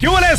tardes,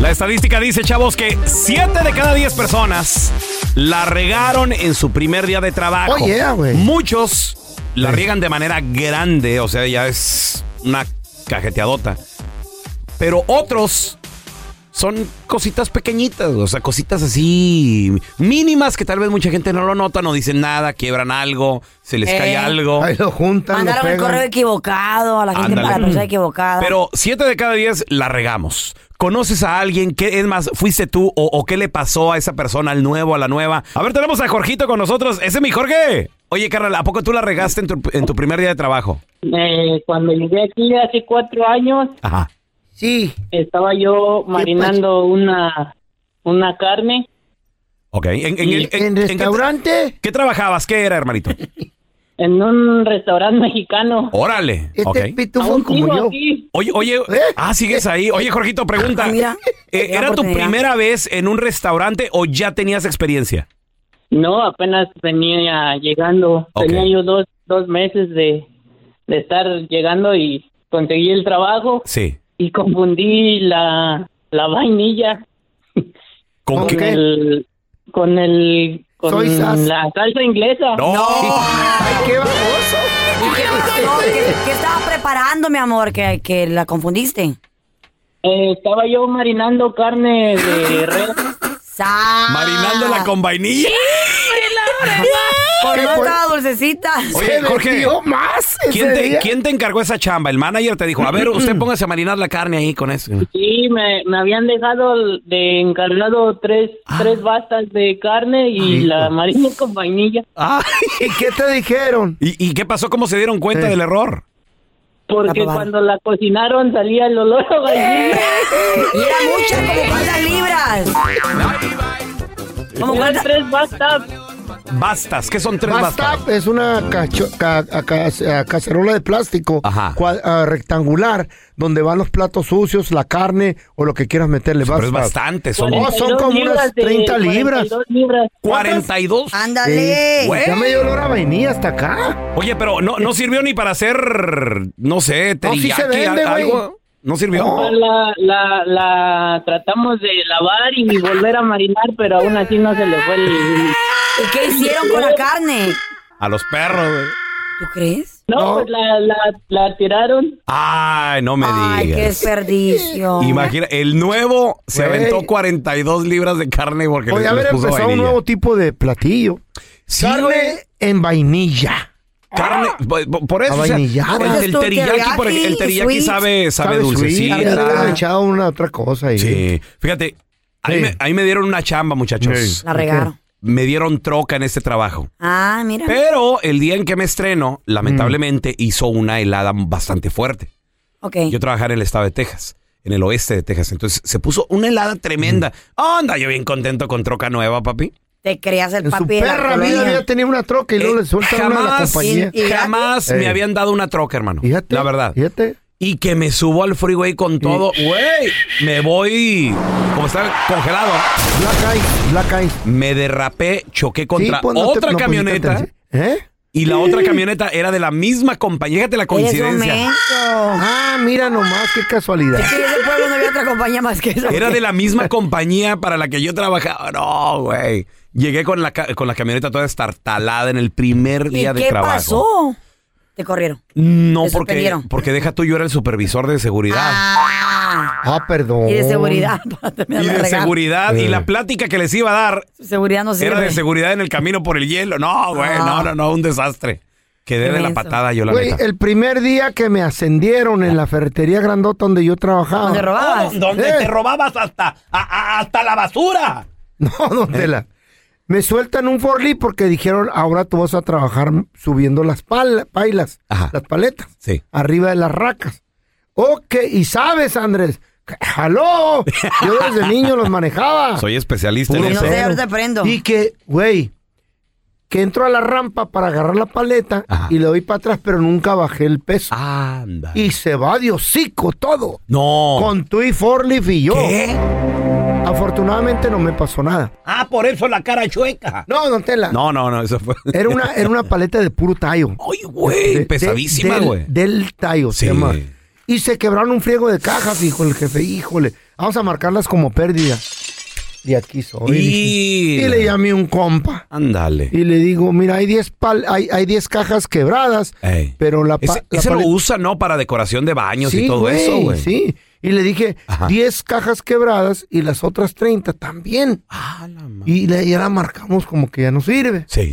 La estadística dice, chavos, que 7 de cada 10 personas la regaron en su primer día de trabajo. Oh, yeah, güey. Muchos la riegan de manera grande, o sea, ya es una cajeteadota. Pero otros son cositas pequeñitas, o sea, cositas así mínimas que tal vez mucha gente no lo nota, no dicen nada, quiebran algo, se les Eh. cae algo. Ahí lo juntan, lo Mandaron el pegan. correo equivocado a la gente Ándale. para la persona equivocada. Pero 7 de cada 10 la regamos. ¿Conoces a alguien? que es más, fuiste tú o, o qué le pasó a esa persona, al nuevo, a la nueva? A ver, tenemos a Jorgito con nosotros. ¿Ese es mi Jorge? Oye, carnal, ¿a poco tú la regaste en tu, en tu primer día de trabajo? Eh, cuando llegué aquí hace cuatro años, Ajá. Sí. estaba yo marinando una, una carne. Ok. ¿En, en- en- en- ¿En en qué- restaurante? qué, trabajabas? ¿Qué era, hermanito? en un restaurante mexicano. Órale. Este Ok. pitufo Aún sigo como yo. aquí. Oye, oye, ¿Eh? ah, sigues ahí. Oye, Jorgito, pregunta. Ah, mira. Eh, Tenía ¿Era tu oportunidad. primera vez en un restaurante o ya tenías experiencia? No, apenas venía llegando. Ok. Tenía yo dos, dos meses de, de estar llegando y conseguí el trabajo Sí. y confundí la, la vainilla ¿Con ¿Con qué? qué? el, con el Soy sas. con la salsa inglesa. No. Ay, qué baboso. No, que, que estaba preparando, mi amor, que, que la confundiste. Eh, estaba yo marinando carne de res. Sa- Marinándola con vainilla. Por ¿Qué no fue? estaba dulcecita. Oye, Se Jorge, metió más ese ¿Quién te, día. Mm. quién te encargó esa chamba? El manager te dijo, a ver, usted póngase a marinar la carne ahí con eso. Sí, me, me habían dejado el- de encargado tres, tres bastas de carne y la mariné con vainilla. Ah, ¿Y qué te dijeron? ¿Y, y qué pasó? ¿Cómo se dieron cuenta Eh. del error? Porque probaron. cuando la cocinaron salía el olor a vainilla. Y era mucha, como cuántas libras. Como Eran cuántas. tres bastas. Bastas, ¿qué son tres Basta bastas? es una cacho- ca- a- ca- a- cacerola de plástico Ajá. cua- a, rectangular donde van los platos sucios, la carne o lo que quieras meterle. Pero es basta. bastante, son Oh, son como unas 30 libras. 42 libras. 42. Ándale. Güey. Ya me dio olor a vainilla hasta acá. Oye, pero no, no sirvió ni para hacer, no No, sé, sí teriyaki, se vende, a- güey. algo. ¿No sirvió? La, la, la tratamos de lavar y volver a marinar, pero aún así no se le fue el... ¿Y qué hicieron con la carne? A los perros, güey. ¿Tú crees? No, No. pues la, la, la tiraron. Ay, no me Ay, qué digas. desperdicio. Imagina, el nuevo se Güey. aventó 42 libras de carne porque le, Podría les haber puso empezado un vainilla. nuevo tipo de platillo. Sí, güey. Carne en vainilla. Carne, Ah. po- po- por eso, o sea, Avainillada. el del Tú, teriyaki, por ej- el teriyaki, teriyaki sweet. sabe, sabe sweet, ya le hubieran dulcecita. echado una otra cosa ahí. Sí, fíjate, ahí, Sí. me, ahí me dieron una chamba, muchachos. Sí. La regaron. Me dieron troca en este trabajo. Ah, mira. Pero el día en que me estreno, lamentablemente Mm. hizo una helada bastante fuerte. Ok. Yo trabajaba en el estado de Texas, en el oeste de Texas. Entonces se puso una helada tremenda. Mm. Anda, yo bien contento con troca nueva, papi. Te creas el En su papi de la perra vida colonia. había tenido una troca y luego Eh, le sueltan una a la jamás, compañía. Eh, Y- y- jamás gratis. me Ey. habían dado una troca, hermano. Fíjate. La verdad. Fíjate. y que me subo al freeway con todo. Güey, me voy, como está congelado, Black Eyes, Black Eyes. me derrapé, choqué contra pues, no te- otra no pusiste camioneta. atención. ¿Eh? Y la otra camioneta era de la misma compañía. Fíjate la Eres un coincidencia. menso. Ah, mira nomás, qué casualidad. Es que en ese pueblo no había otra compañía más que esa. Era de la misma compañía para la que yo trabajaba. No, güey. Llegué con la, ca- con la camioneta toda estartalada en el primer ¿Y día de qué trabajo. pasó? Te corrieron. No, Te porque, suspendieron. porque deja tú, yo era el supervisor de seguridad. Ah. Ah, perdón. Y de seguridad. para terminar y la de regada. seguridad. Y Eh. la plática que les iba a dar Su seguridad no sirve. Ah. Era de seguridad en el camino por el hielo. No, güey, no, no, no, un desastre. Quedé de la Menso. patada yo, la Güey, neta. el primer día que me ascendieron en la ferretería grandota donde yo trabajaba. Donde robabas. Donde Eh. te robabas hasta, a- a- hasta la basura. No, don ¿Eh? Tela. Me sueltan un forlí porque dijeron, ahora tú vas a trabajar subiendo las pal- pailas, Ajá. las paletas, Sí. arriba de las racas. Ok, y sabes, Andrés, ¡Aló! Yo desde niño los manejaba. Soy especialista Puro en no eso. sé. Pero- ahorita prendo. Y que, güey, que entro a la rampa para agarrar la paleta Ajá. y le doy para atrás, pero nunca bajé el peso. Anda. Y se va de hocico todo. No. Con tu y Forlif y yo. ¿Qué? Afortunadamente no me pasó nada. Ah, por eso la cara chueca. No, don Tela. No, no, no, eso fue. Era una, era una paleta de puro tallo. Ay, güey, De- pesadísima, del- güey. Del, tallo, Sí. se llama. Y se quebraron un friego de cajas, hijo, el jefe, híjole. Vamos a marcarlas como pérdida. Y aquí soy. Y- dije. Y le llamé un compa. Ándale. Y le digo, mira, hay 10 pal- hay, hay 10 cajas quebradas, Ey. pero la, pa- Ese, la ese lo paleta- usa, ¿no? Para decoración de baños Sí, y todo eso, güey. Sí. Y le dije, Ajá. 10 cajas quebradas y las otras 30 también. Ah, la ma- Y le- ya la marcamos como que ya no sirve. Sí.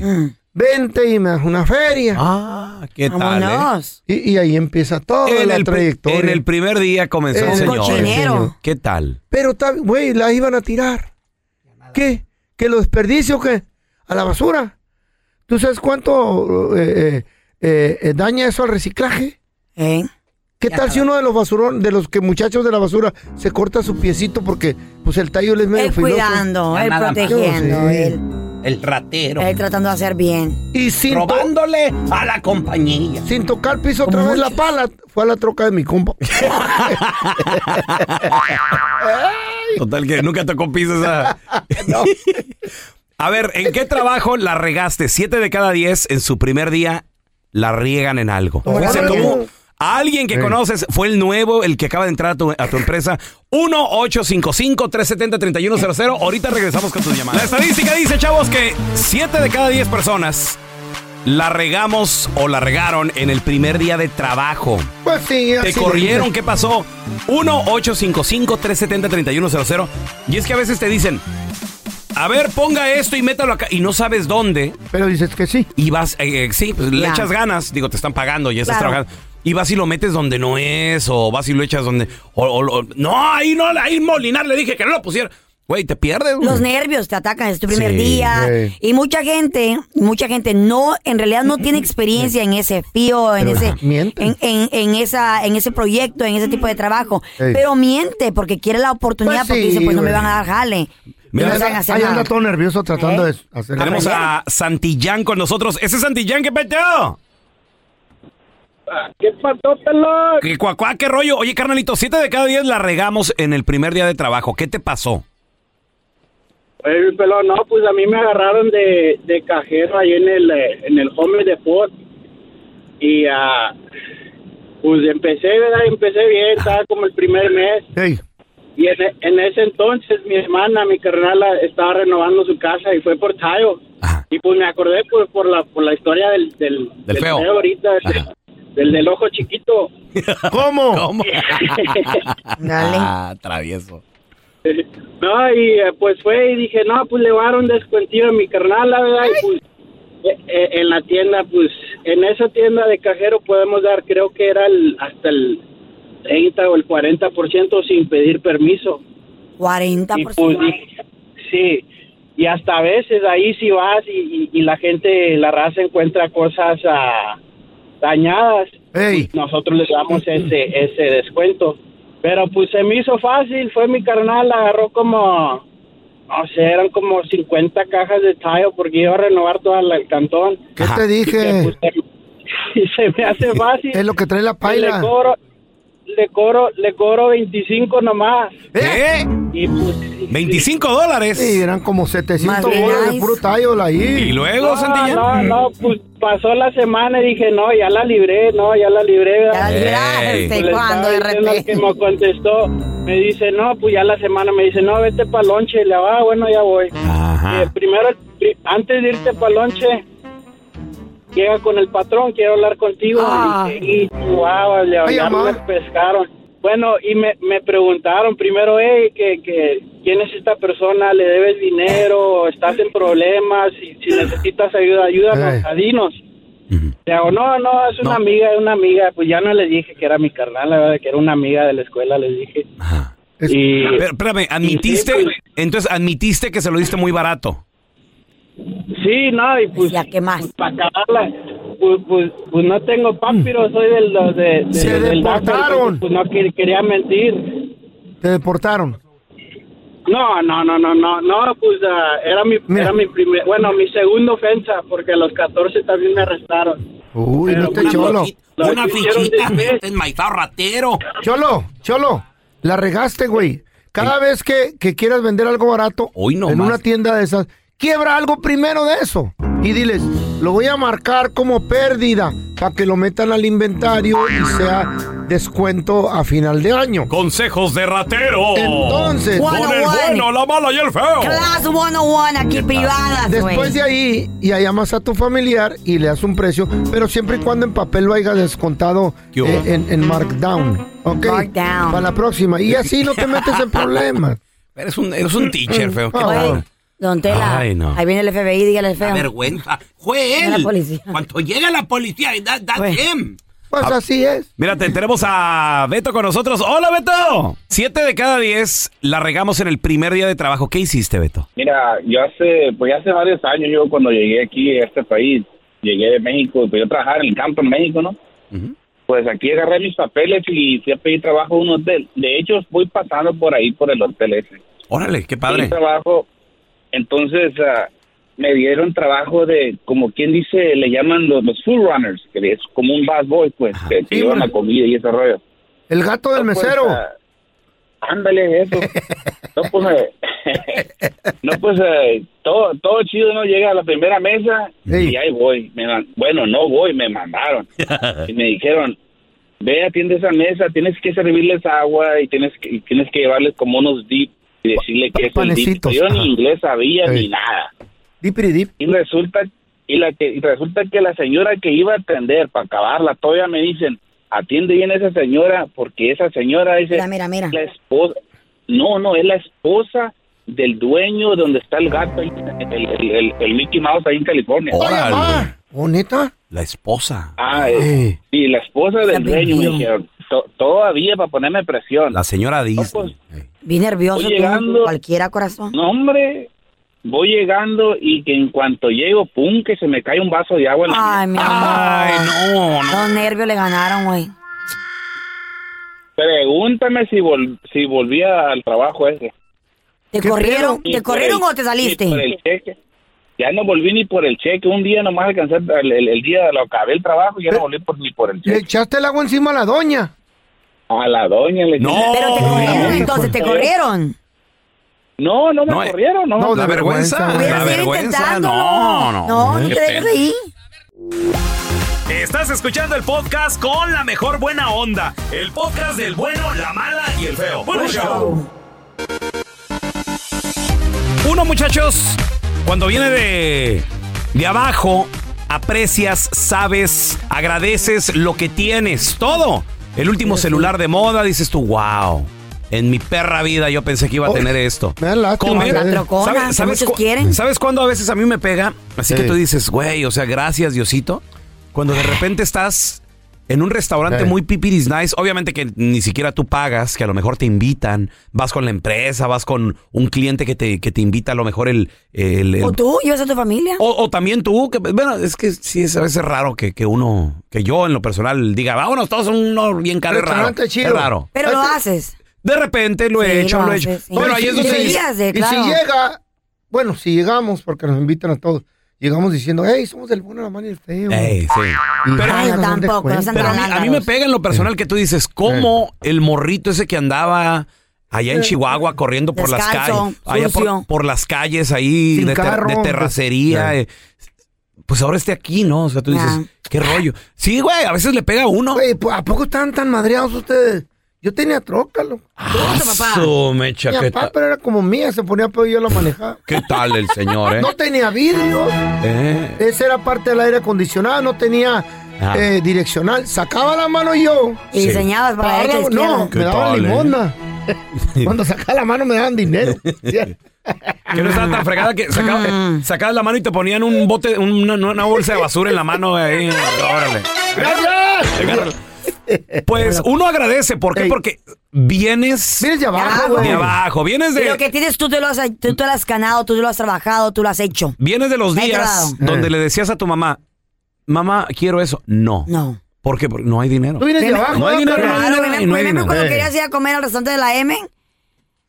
Vente y me das una feria. Ah, ¿qué tal? eh? Vámonos. Y, y ahí empieza toda la el, pri- trayectoria. en el primer día comenzó Eh, el un señor. cochinero. ¿Qué tal? Pero, ta- güey, la iban a tirar. ¿Qué? ¿Que lo desperdicio qué? ¿A la basura? ¿Tú sabes cuánto eh, eh, eh, eh, daña eso al reciclaje? ¿Eh? ¿Qué tal si uno de los basurón, de los que muchachos de la basura, se corta su piecito porque pues el tallo le es medio Él filoso? cuidando, Ya él nada más. protegiendo, Sí. él, El ratero. él tratando de hacer bien. Y sin, to- robándole a la compañía. sin tocar piso otra Como vez la pala, fue a la troca de mi compa. Total que nunca tocó piso esa. a ver, ¿en qué trabajo la regaste? Siete de cada diez en su primer día la riegan en algo. Órale. Se tomó a alguien que Eh. conoces, fue el nuevo, el que acaba de entrar a tu, a tu empresa. 1-855-370-3100. Ahorita regresamos con tus llamadas. La estadística dice, chavos, que siete de cada diez personas la regamos o la regaron en el primer día de trabajo. Pues sí, así Te le corrieron, dicen. ¿qué pasó? 1-855-370-3100. Y es que a veces te dicen, a ver, ponga esto y métalo acá. Y no sabes dónde. Pero dices que sí. Y vas, eh, eh, sí, pues le Ya. echas ganas. Digo, te están pagando, ya estás Claro. trabajando. Y vas y lo metes donde no es, o vas y lo echas donde. o- o- o- no, ahí no, ahí Molinar le dije que no lo pusiera. Güey, te pierdes, güey. Los nervios te atacan, es tu primer Sí, día. güey. Y mucha gente, mucha gente no, en realidad no tiene experiencia en ese fío, en Pero ese, mienten. en, en- en esa, en ese proyecto, en ese tipo de trabajo. Ey. Pero miente porque quiere la oportunidad, Pues porque sí, dice, pues no me güey. van a dar jale. Mira, no me Ahí van a anda, hacer ahí nada. ¿Eh? anda todo nervioso tratando de hacer Tenemos a Aprendieron. Santillán con nosotros. Ese Santillán, ¿qué peteo? Ah, ¿Qué pasó, pelón? ¿Qué cuacuá, qué rollo? Oye, carnalito, siete de cada diez la regamos en el primer día de trabajo. ¿Qué te pasó? Oye, mi pelón, no, pues a mí me agarraron de, de cajero ahí en el, eh, en el home de Ford. Y ah, pues empecé, ¿verdad? Empecé bien, estaba como el primer mes. Ey, Y en, e- en ese entonces mi hermana, mi carnala, estaba renovando su casa y fue por Tayo. Ajá. Y pues me acordé por, por, la, por la historia del, del, Del feo. ahorita, del- Ajá. del del ojo chiquito. ¿Cómo? ¿Cómo? Dale. Ah, travieso. No, y eh, pues fue y dije, no, pues le voy a dar un descuentillo a mi carnal, la verdad, y pues eh, eh, en la tienda, pues en esa tienda de cajero podemos dar, creo que era el, hasta el 30 o el 40% sin pedir permiso. Y 40%. pues, y- sí, y hasta a veces ahí sí vas y, y- y la gente, la raza encuentra cosas ah, dañadas Ey. nosotros les damos ese ese descuento. Pero pues se me hizo fácil, fue mi carnal, agarró como, no sé, eran como 50 cajas de tallo porque iba a renovar todo el cantón. ¿Qué Ajá. te Y, dije? pues, se- y se me hace fácil. Es lo que trae la Y le paila. cobro, le cobro, le cobro 25 nomás. ¿Eh? Y pues... ¿25 dólares? Sí, eran como 700 Más bien bolas de nice. puro tallo la ¿Y ahí. luego, No, Santillán? no, no, pues pasó la semana y dije, no, ya la libré, no, ya la libré. Ya ¿verdad? la Ey. libraste, Pues le cuando estaba de diciendo al que repente. me contestó, me dice, no, pues ya la semana me dice, no, vete pa' lonche. Le va, bueno, ya voy. Ajá. Eh, primero, pri- antes de irte pa' lonche, llega con el patrón, quiero hablar contigo. Ah. Y, dije, "Y, guau, le Ay, ya mamá. me pescaron. Bueno, y me, me preguntaron primero, hey, que, que, ¿quién es esta persona? ¿Le debes dinero? ¿Estás en problemas? Si, si necesitas ayuda, Ey. ayúdanos, adinos. Ujú. Le digo, no, no, es una No. amiga, es una amiga. Pues ya no les dije que era mi carnal, la verdad, que era una amiga de la escuela, les dije. Ajá. Es- Y Pero, espérame, ¿admitiste? Sí, pues. Entonces, ¿admitiste que se lo diste muy barato? sí, no, y pues, Ya, ¿qué más? para acabarla, pues, pues, pues no tengo papiro, soy del, de, de- Se del- del deportaron. Pues no que- quería mentir. Te deportaron. No, no, no, no, no, no, pues ah, era mi, Mira. era mi primer, bueno, mi segunda ofensa, porque a los 14 también me arrestaron. Uy, no te una cholo. boquita. Una fichita, meten maizado ratero. Cholo, cholo, la regaste, güey. Cada vez que, que quieras vender algo barato Hoy no en más. una tienda de esas, quiebra algo primero de eso. Y diles, lo voy a marcar como pérdida para que lo metan al inventario y sea descuento a final de año. Consejos de ratero. Entonces, Con el bueno, la mala y el feo. Class 101 aquí privadas, güey. Después de ahí, ya llamas a tu familiar y le das un precio, pero siempre y cuando en papel lo haya descontado ¿Qué hubo? eh, en, en Markdown. ¿Ok? Markdown. Para la próxima. Y así no te metes en problemas. Eres un, eres un teacher, feo. Ah, Qué bueno. bárbaro. Oye, don Tela, Ay, no. ahí viene el FBI, dígale feo. vergüenza. Fue Llega la policía. Cuando llega la policía, da, da Fue. them. Pues así es. Ah. Mira, te- tenemos a Beto con nosotros. ¡Hola, Beto! Siete de cada diez la regamos en el primer día de trabajo. ¿Qué hiciste, Beto? Mira, yo hace, pues ya hace varios años, yo cuando llegué aquí a este país, llegué de México, pues yo trabajaba en el campo en México, ¿no? Ujú. Pues aquí agarré mis papeles y fui a pedir trabajo a un hotel. De hecho, voy pasando por ahí, por el hotel ese. Órale, qué Pedí padre. trabajo, entonces ah, me dieron trabajo de, como quien dice, le llaman los, los food runners, que es como un bad boy, pues, Ajá. que, que Sí, llevan man. la comida y ese rollo. El gato del No, pues, mesero. ah, ándale, eso. No, pues, eh, no, pues eh, todo, todo chido, ¿no? Llega a la primera mesa Sí. y ahí voy. Me man- bueno, no voy, me mandaron. Y me dijeron, ve, atiende esa mesa, tienes que servirles agua y tienes que, y tienes que llevarles como unos dip y decirle pa- que es el dip. panecitos, Yo ajá. ni inglés sabía Sí. ni nada. Dipiri dip. Y resulta, y la que, y resulta que la señora que iba a atender para acabarla, todavía me dicen, atiende bien a esa señora, porque esa señora dice, Mira, mira, mira. la esposa, no, no, es la esposa del dueño donde está el gato, ahí, el, el, el- el Mickey Mouse ahí en California. Oh. Oye, Órale. ma, ¿oh, neta? La esposa. Ah, eh, Eh, sí, la esposa Está del dueño, me perdido. dijeron, "To- todavía para ponerme presión. La señora Disney. Eh. Vi nervioso, Estoy tú, llegando. cualquiera corazón. No, hombre, voy llegando y que en cuanto llego, pum, que se me cae un vaso de agua en la Ay, mi amor. Ay, no, no. Los nervios le ganaron, güey. Pregúntame si, vol- si volví al trabajo ese. ¿Te ¿Qué corrieron, Ni ¿te por corrieron el- o te ni por el saliste? cheque. Ya no volví ni por el cheque. Un día nomás alcancé el, el- el día, lo acabé el trabajo y ya no volví por- ni por el le cheque. echaste el agua encima a la doña. A la doña le No. Pero te Oh, corrieron, hijo. entonces te corrieron. No, no me No, eh. corrieron, no. No, La de vergüenza. vergüenza. La Hubieras seguido vergüenza. intentándolo. No, no. No, no Qué te dejes pena. de ir. Estás escuchando el podcast con la mejor buena onda. El podcast del bueno, la mala y el feo. Bueno, show. Uno, muchachos, cuando viene de, de abajo, aprecias, sabes, agradeces lo que tienes, todo. El último celular de moda, dices tú, wow. En mi perra vida yo pensé que iba a Oh, tener esto. me da lástima, Comer- la trocona, que muchos cu- quieren. ¿Sabes cuándo a veces a mí me pega? Así que Sí. tú dices, güey, o sea, gracias Diosito. Cuando de repente estás en un restaurante Sí. muy pipiris nice, obviamente que ni siquiera tú pagas, que a lo mejor te invitan, vas con la empresa, vas con un cliente que te, que te invita a lo mejor el... el- el- O tú, llevas a tu familia. o, o también tú, que bueno, es que sí es a veces raro que, que uno, que yo en lo personal diga, vámonos, todos son uno bien caro, es raro. Restaurante chido. Es raro. Pero lo Este- haces. De repente lo he Sí, hecho, lo lo, he haces, hecho. sí. Pero Oye, ahí es sí, donde sí, dices, deberías de, y claro. si llega, bueno, si llegamos, porque nos invitan a todos, llegamos diciendo, hey, somos del bueno, la mano y el feo. "Ey, sí". Y, Pero- "Ay, Ah, no, nos dan tampoco, no descuento". sean Pero a mí, a mí me Alándalos. pega en lo personal que tú dices, ¿cómo el morrito ese que andaba allá en Chihuahua corriendo por las Descalzo, calles, allá por, sucio. por las calles ahí Sin de, ter- carro, de pues, terracería? eh. eh, pues ahora esté aquí, ¿no? O sea, tú dices, Ah. ¿qué rollo? Sí, güey, a veces le pega a uno. Güey, ¿po- ¿a poco estaban tan madreados ustedes? Yo tenía trócalo. papá? Ah, Su mecha, Mi ¿qué, papá, tal- pero era como mía, se ponía pedo y yo la manejaba. qué tal el señor, eh? No tenía vidrio, Eh, esa era parte del aire acondicionado, no tenía Ah. eh, direccional. Sacaba la mano yo. Y Sí. diseñabas para la Paraba- derecha no, izquierda. ¿Qué me daban tal, eh? limosna. Cuando sacaba la mano me daban dinero. Que no estaba tan fregada que sacaba- Mm. sacabas la mano y te ponían un bote, una, una bolsa de basura en la mano. Ahí, órale. ¡Gracias! Pues uno agradece, ¿por qué? Ey. Porque vienes Vienes de Ah, abajo, de güey. abajo, vienes Y lo de, que tienes tú te lo has, tú te lo has ganado, tú te lo has trabajado, tú lo has hecho. vienes de los Ahí te días va. donde Eh. le decías a tu mamá, mamá, quiero eso. No. No. ¿Por qué? Porque no hay dinero. Tú vienes de Deme- abajo. No hay ¿verdad, dinero, carnal? no hay Claro, dinero, me, y no hay me- me- dinero. cuando Eh. querías ir a comer al restaurante de la M,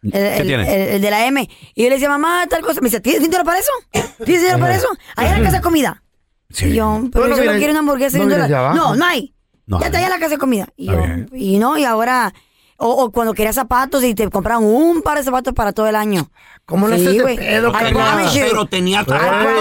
El, ¿Qué el- tiene? el- el de la M. Y yo le decía, mamá, tal cosa. Me dice, ¿tienes dinero para eso? ¿Tienes dinero para eso? Ahí en la casa de comida. Y yo, pero Bueno, yo solo mira, quiero una hamburguesa y ¿no un vienes dólar. de abajo? No, no hay. No ya hay. está allá la casa de comida. Y, Está yo, bien. y no, y ahora... O, o cuando quería zapatos y te compraban un par de zapatos para todo el año. ¿Cómo le Sí, haces de güey. pedo, I carnal? promise you. Pero I tenía Ey.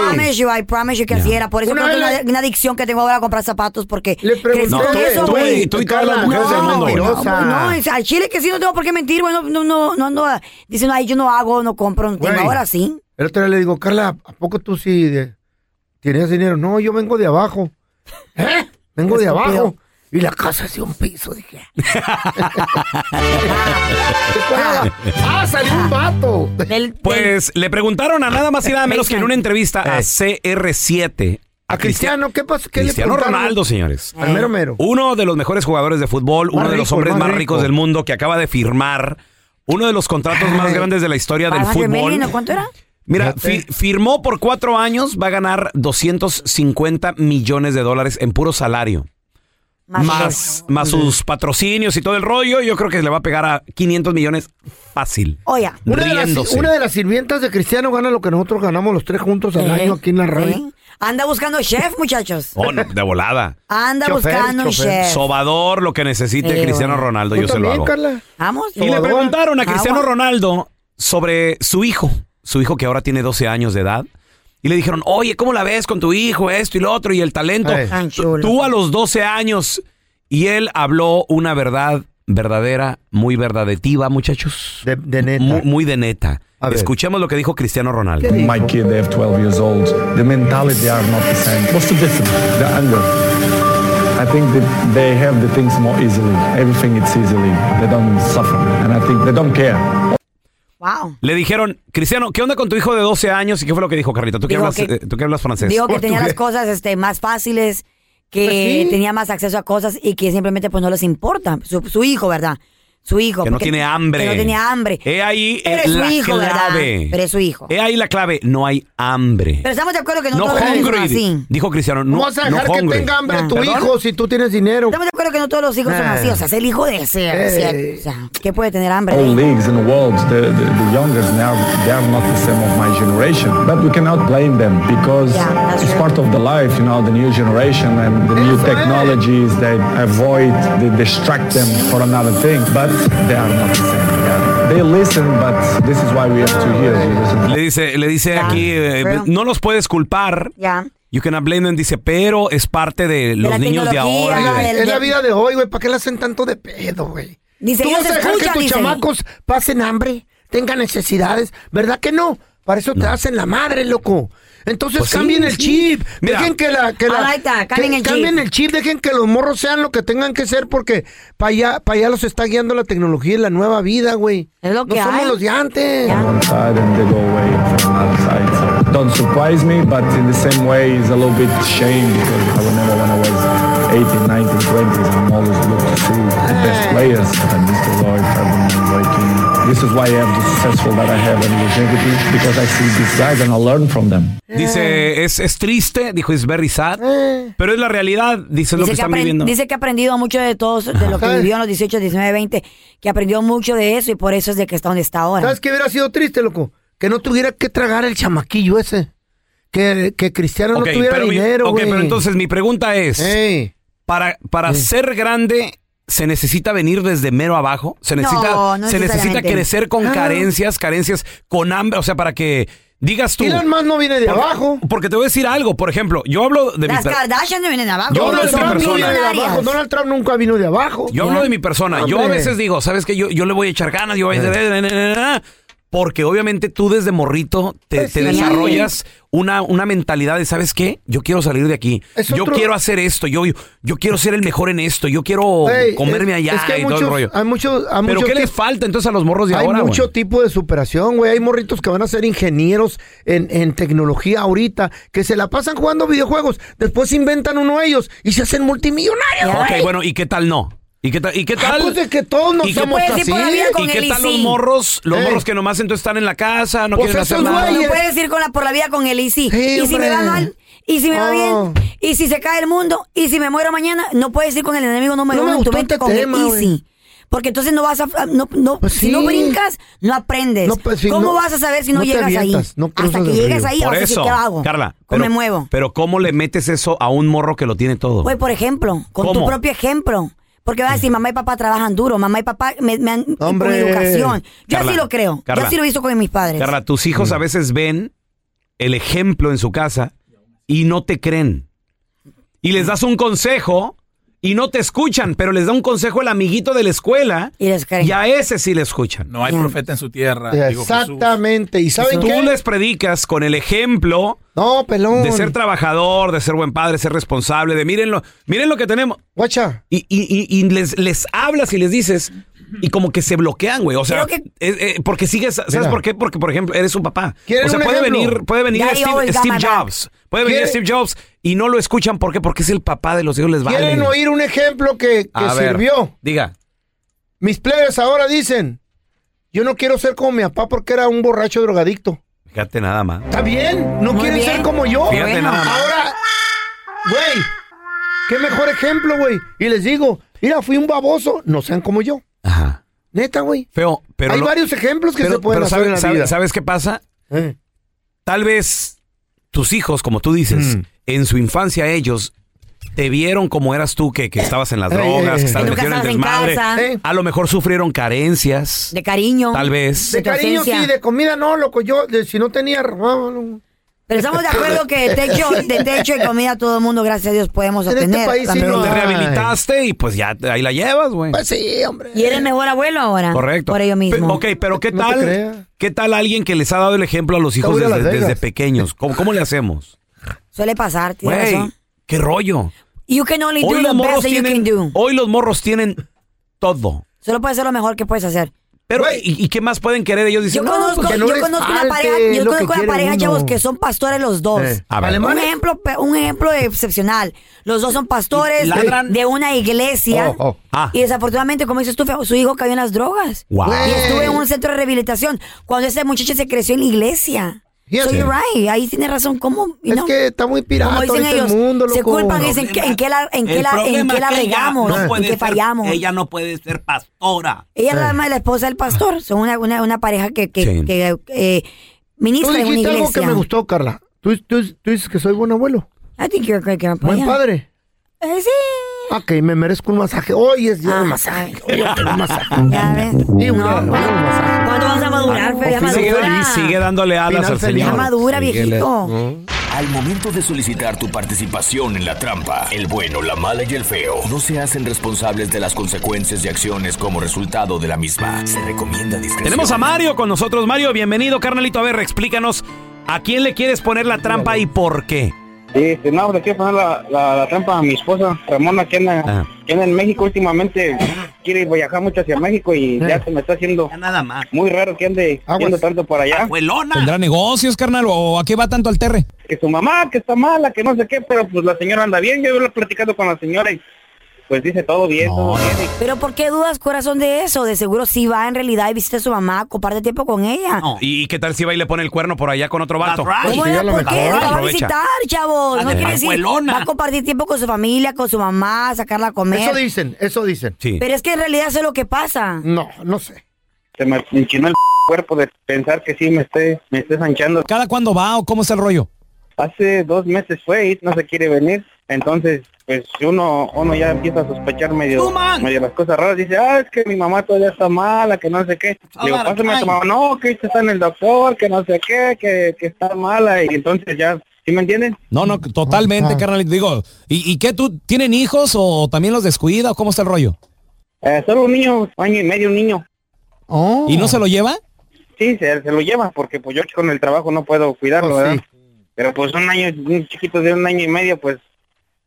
promise you, I promise you que así era. Por eso Una creo que vez una, le- una adicción que tengo ahora a comprar zapatos porque Le crecí pregunté, No, con tú- eso, tú- güey. tú y todas las Carla, mujeres del mundo, güey. No, mentirosa. no, es- al chile que sí no tengo por qué mentir, güey. No, no, no, no ando a- diciendo, ay, yo no hago, no compro, no tengo. Güey. Ahora sí. El otro día le digo, Carla, ¿a poco tú sí de- tienes dinero? No, yo vengo de abajo. ¿Eh? Vengo de abajo. Y la casa es de un piso, dije. ¡Ah, salió un vato! Del- del- Pues le preguntaron a nada más y nada menos que en una entrevista a CR7. A Cristiano, ¿qué pasó? ¿Qué le Cristiano preguntaron? Ronaldo, señores. Al mero mero. Uno de los mejores jugadores de fútbol, uno de los rico, hombres más más rico. ricos del mundo que acaba de firmar uno de los contratos más grandes de la historia del Para fútbol. Gemelino, ¿Cuánto era? Mira, Fíjate. fi- firmó por cuatro años, va a ganar 250 millones de dólares en puro salario. Más, más sus patrocinios y todo el rollo, yo creo que le va a pegar a 500 millones fácil. Oh. Oiga. Una de, las, riéndose. una de las sirvientas de Cristiano gana lo que nosotros ganamos los tres juntos al Eh, año aquí en la radio. eh. Anda buscando chef, muchachos. Oh, no, de volada. Anda Chofer, buscando un chofer. chef. Sobador, lo que necesite Sí, Cristiano bueno. Ronaldo, ¿Tú yo se lo también, hago. Carla? Vamos. Y le Sobador. preguntaron a Cristiano Agua. Ronaldo sobre su hijo, su hijo que ahora tiene 12 años de edad. Y le dijeron, oye, ¿cómo la ves con tu hijo, esto y lo otro, y el talento? Ey. Tan chulo. Tú a los 12 años. Y él habló una verdad verdadera, muy verdadetiva, muchachos. De, de neta. Muy, muy de neta. A ver. Escuchemos lo que dijo Cristiano Ronaldo. ¿Qué dijo? my kid, they have 12 years old. The mentality are not the same. What's the difference? The anger. I think that they have the things more easily. Everything it's easily. They don't suffer, and I think they don't care. Wow. Le dijeron, Cristiano, ¿qué onda con tu hijo de 12 años? ¿Y qué fue lo que dijo, Carlita? ¿Tú, que Dijo hablas, que- eh, tú que hablas francés? Digo que Portugués. tenía las cosas este, más fáciles, que Pues sí. tenía más acceso a cosas y que simplemente pues no les importa. Su, su hijo, ¿verdad? Su hijo. que no porque- tiene hambre. Que no tenía hambre. He ahí Pero es su la hijo, clave. ¿verdad? Pero es su hijo. He ahí la clave. No hay hambre. Pero estamos de acuerdo que no, no todos los niños son hungry. así. Dijo Cristiano. No, ¿Cómo vas a no dejar que hungry. tenga hambre Ah. tu ¿Perdón? hijo si tú tienes dinero? Estamos de acuerdo que no todos los hijos son Ah. Nah. así. O sea, es el hijo de ese. Eh. o sea, O sea, ¿qué puede tener Oh, hambre? All leagues in the world, the, the, the youngers now, they are not the same of my generation. But we cannot blame them because Yeah, that's it's true. part of the life, you know, the new generation and the new That's right. technologies, they avoid, they distract them for another thing. But they are not the same. They are- They listen, but this is why we have two ears. We listen for Le dice, le dice Ya, aquí, eh, pero- no los puedes culpar. Ya. You cannot blame them, dice, pero es parte de los la niños de tecnología, ahora. y de- del- Es la de- vida de hoy, güey. ¿Para qué la hacen tanto de pedo, güey? Dice, ¿Tú ellos vas a dejar que escuchan, tus dice. chamacos pasen hambre, tengan necesidades? ¿Verdad que no? Para eso te hacen la madre, loco. Entonces Pues sí, cambien el sí. chip. Mira. dejen que la. Que I la- like that, que- Ah, cambien el chip. cambien el chip. Dejen que los morros sean lo que tengan que ser porque para allá, pa' allá los está guiando la tecnología y la nueva vida, güey. Es lo no que somos hay. los de antes. Ya. one side and they go away from another side. So don't surprise me, but in the same way, it's a little bit shame because I remember when I was 18, 19, 20s, I'm always looking to the best players. And Mr. Lloyd, Ferdinand, Roy Keane. This is why I am the successful that I have in longevity because I see these guys and I learn from them. Ah. Dice, es, es triste, dijo, es very sad. Pero es la realidad, dice, es lo que, Dice que, están apren- viviendo. dice que ha aprendido mucho de todos, de lo que ¿Sabes? vivió en los 18, 19, 20, que aprendió mucho de eso y por eso es de que está donde está ahora. ¿Sabes qué hubiera sido triste, loco? Que no tuviera que tragar el chamaquillo ese. Que, que Cristiano Ok, no tuviera pero mi- dinero, ok, güey. pero entonces mi pregunta es, Ey. para, para ser grande se necesita venir desde mero abajo, se necesita, No, no se necesita necesariamente. crecer con Ah. carencias, carencias con hambre, o sea, para que digas tú. Elon Musk no viene de porque, abajo. Porque te voy a decir algo, por ejemplo, yo hablo de mi Las per- Kardashian no vienen abajo. Yo hablo no Donald de esta son Trump no viene persona. de abajo. millonarias. Donald Trump nunca vino de abajo. yo hablo de mi persona. Yo a Hombre. Eh. veces digo, ¿sabes qué? Yo, yo le voy a echar ganas, yo voy a "Eh, porque obviamente tú desde morrito te, Pues te sí. desarrollas una, una mentalidad de, ¿sabes qué? Yo quiero salir de aquí. Es yo otro- quiero hacer esto. Yo, yo quiero ser el mejor en esto. Yo quiero Ey, comerme es- allá es que hay y todo muchos- el rollo. Hay muchos, hay ¿Pero muchos qué les tipos- falta entonces a los morros de hay ahora? mucho güey? tipo de superación, güey. Hay morritos que van a ser ingenieros en, en tecnología ahorita, que se la pasan jugando videojuegos, después inventan uno ellos y se hacen multimillonarios. Ok, güey. bueno, ¿y qué tal no? ¿Y qué tal? ¿Y qué Ah, tal? pues es que todos no ¿Y qué- somos Pues sí, así. por la vida con ¿Y qué él y tal los sí. morros? Los Ey. morros que nomás entonces están en la casa, no Pues quieren esos hacer nada. No güeyes. puedes ir con la, por la vida con él y sí. Sí, y si me hombre. va mal, y si me va Oh. bien, y si se cae el mundo, y si me muero mañana, no puedes ir con el enemigo número No me uno en tu gustó mente este con tema, el güey. easy. Porque entonces no vas a. No, no, Pues Si no sí. brincas, no aprendes. No, pues, si ¿Cómo no- vas a saber si no, no te llegas avientas, ahí? no cruzas Hasta que el llegues río. ahí, Por vas a decir, eso, ¿qué hago? Carla. ¿Cómo pero- me muevo? Pero ¿cómo le metes eso a un morro que lo tiene todo? Güey, por ejemplo, con tu ¿Cómo? propio ejemplo. Porque va a decir, mamá y papá trabajan duro, mamá y papá me, me han con Hombre. educación. Yo Carla, así lo creo. Carla. yo así lo hizo con mis padres. Carla, tus Mm. hijos a veces ven el ejemplo en su casa y no te creen. Y les das un consejo y no te escuchan, pero les da un consejo el amiguito de la escuela y les creen. y a ese sí le escuchan. No hay Mm. profeta en su tierra. dijo Jesús. Exactamente. ¿Y saben Tú qué? les predicas con el ejemplo No, pelón. de ser trabajador, de ser buen padre, ser responsable, de mírenlo, miren lo que tenemos. Guacha. Y, y- y- y les, les hablas y les dices, y como que se bloquean, güey. O sea, Creo que- eh, eh, porque sigues, ¿sabes Mira. por qué? Porque, por ejemplo, eres un papá. ¿Quieren O sea, un puede ejemplo? venir, puede venir Daddy Steve, always got Steve my back. Jobs. Puede venir ¿Quieren- Steve Jobs y no lo escuchan. ¿Por qué? Porque es el papá de los hijos, les vale. ¿Quieren oír un ejemplo que, que A ver, sirvió? Diga. Mis players ahora dicen, yo no quiero ser como mi papá porque era un borracho drogadicto. Fíjate nada más. ¿Está bien? ¿No Muy quieren bien. ser como yo? Fíjate Bueno. nada más. Ahora, güey, qué mejor ejemplo, güey. Y les digo, mira, fui un baboso, no sean como yo. Ajá. Neta, güey. Feo, pero. Hay lo- varios ejemplos que pero- se pueden pero hacer ¿sabe- en la sabe- vida. ¿Sabes qué pasa? Eh. Tal vez tus hijos, como tú dices, Mm. en su infancia ellos te vieron como eras tú, que, que estabas en las Ey, ey, drogas, ey. que estabas Que nunca metido en el estabas en desmadre. casa. Eh. A lo mejor sufrieron carencias, De cariño. tal vez. De tu cariño ausencia. sí, de comida no, loco. Yo, de- si no tenía... robaba, no. Pero estamos de acuerdo que de techo, de techo y comida todo el mundo, gracias a Dios, podemos En este obtener. país sí También. no Te Ay. rehabilitaste y pues ya ahí la llevas, güey. Pues sí, hombre. Y eres mejor abuelo ahora. Correcto. Ah, Por ello mismo. Pe- ok, pero ¿qué No te creas. tal? ¿Qué tal alguien que les ha dado el ejemplo a los hijos voy a ir a desde, Las Vegas. desde pequeños? ¿Cómo, cómo le hacemos? Suele pasar, tienes Güey, razón. qué rollo. You can only do Hoy the los best morros that you can tienen, do. hoy los morros tienen todo. Solo puedes hacer lo mejor que puedes hacer. Pero, ¿y, y qué más pueden querer? Ellos Yo dicen, no, conozco, pues, que no yo les conozco una falte pareja, yo lo que conozco una quiere pareja, uno. chavos, que son pastores los dos. Eh, a ver. Un ¿Alemanes? ejemplo, pe- un ejemplo excepcional. Los dos son pastores ¿Ladran? de una iglesia. Oh, oh. Ah. Y desafortunadamente, como dices tú, feo, su hijo cayó en las drogas. Wow. Y Güey. estuvo en un centro de rehabilitación. Cuando ese muchacho se creció en la iglesia. Yes. So you're right. Ahí tiene razón. ¿Cómo? You Es know? que está muy pirata Como dicen ahorita ellos, el mundo, loco. se culpan y dicen que- en qué la, en qué El la, en problema qué la es que ella regamos, no en puede qué ser- fallamos. Ella no puede ser pastora. Eh. Ella es la ama de la esposa del pastor. Son una, una, una pareja que, que, Sí. que, eh, Tú ministra en una dijiste iglesia. algo que me gustó, Carla. Tú, tú- tú dices que soy buen abuelo, I think you're a great grandpa, buen yeah. padre. Eh, sí. Ah, que me merezco un masaje. Hoy es día de masaje. ay. Ah, Ya ves. Sí, No, una- bueno. un masaje. ¿Cuándo vas a madurar, Fede? Ya Ah, sigue, madura. sigue dándole alas Final al feliz. Ya señor. madura, viejito. Al momento de solicitar tu participación en la trampa, el bueno, la mala y el feo no se hacen responsables de las consecuencias y acciones como resultado de la misma. Se recomienda discreción. Tenemos a Mario con nosotros. Mario, bienvenido, carnalito. A ver, explícanos a quién le quieres poner la trampa y por qué. Este, no, le quiero poner la, la- la trampa a mi esposa, Ramona, que anda, Ah. Ajá. que anda en México últimamente, quiere viajar mucho hacia México y ya se me está haciendo Ya nada más. muy raro que ande Aguas. yendo tanto por allá. Abuelona. ¿Tendrá negocios, carnal? ¿O a qué va tanto al terre? Que su mamá, que está mala, que no sé qué, pero pues la señora anda bien, yo he platicado con la señora y pues dice todo bien, todo bien. Pero ¿por qué dudas, corazón, de eso? De seguro sí va en realidad y visita a su mamá, comparte tiempo con ella. No. ¿Y qué tal si va y le pone el cuerno por allá con otro vato? That's right. ¿Cómo Sí, era? a lo ¿Por qué? Pues mejor. La va a Aprovecha. visitar, chavos. No de quiere decir, pajuelona. va a compartir tiempo con su familia, con su mamá, sacarla a comer. Eso dicen, eso dicen. Sí. Pero es que en realidad sé lo que pasa. No, no sé. Se me enchinó el cuerpo de pensar que sí me esté, me esté sanchando. ¿Cada cuándo va o cómo es el rollo? Hace dos meses fue y no se quiere venir. Entonces, pues uno, uno ya empieza a sospechar medio, Tuman. medio las cosas raras. Dice, ah, es que mi mamá todavía está mala, que no sé qué. Ah, A Digo, lot of pásame a tu time. mamá. No, que ahorita está en el doctor, que no sé qué, que, que está mala. Y entonces ya, ¿sí me entienden? No, no, totalmente, carnal. Digo, ¿y, ¿y qué tú? ¿Tienen hijos o también los descuida o cómo está el rollo? Eh, solo un niño, año y medio un niño. Oh. ¿Y no se lo lleva? Sí, se, se lo lleva porque pues yo con el trabajo no puedo cuidarlo, Oh, sí. ¿verdad? Pero pues un año, un chiquito de un año y medio, pues,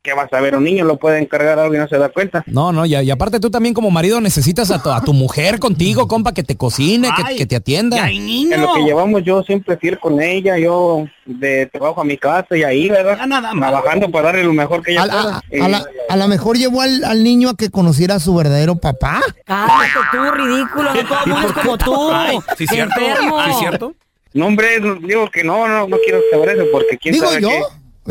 ¿qué vas a ver? Un niño lo puede encargar algo y no se da cuenta. No, no, y, y aparte tú también como marido necesitas a tu, a tu mujer Mm. contigo, compa, que te cocine, que, Ay, que te atienda. Ya hay niño. En lo que llevamos yo siempre fiel con ella, yo de trabajo a mi casa y ahí, ¿verdad? Ya nada más. Trabajando para darle lo mejor que ella pueda. Y- lo mejor llevó al, al niño a que conociera a su verdadero papá. Cállate tú, ridículo. No todo el mundo es como tú. Ay, sí, cierto. Enfermo. Sí, cierto. No, hombre, no- digo que no, no, no quiero saber eso porque quién sabe qué.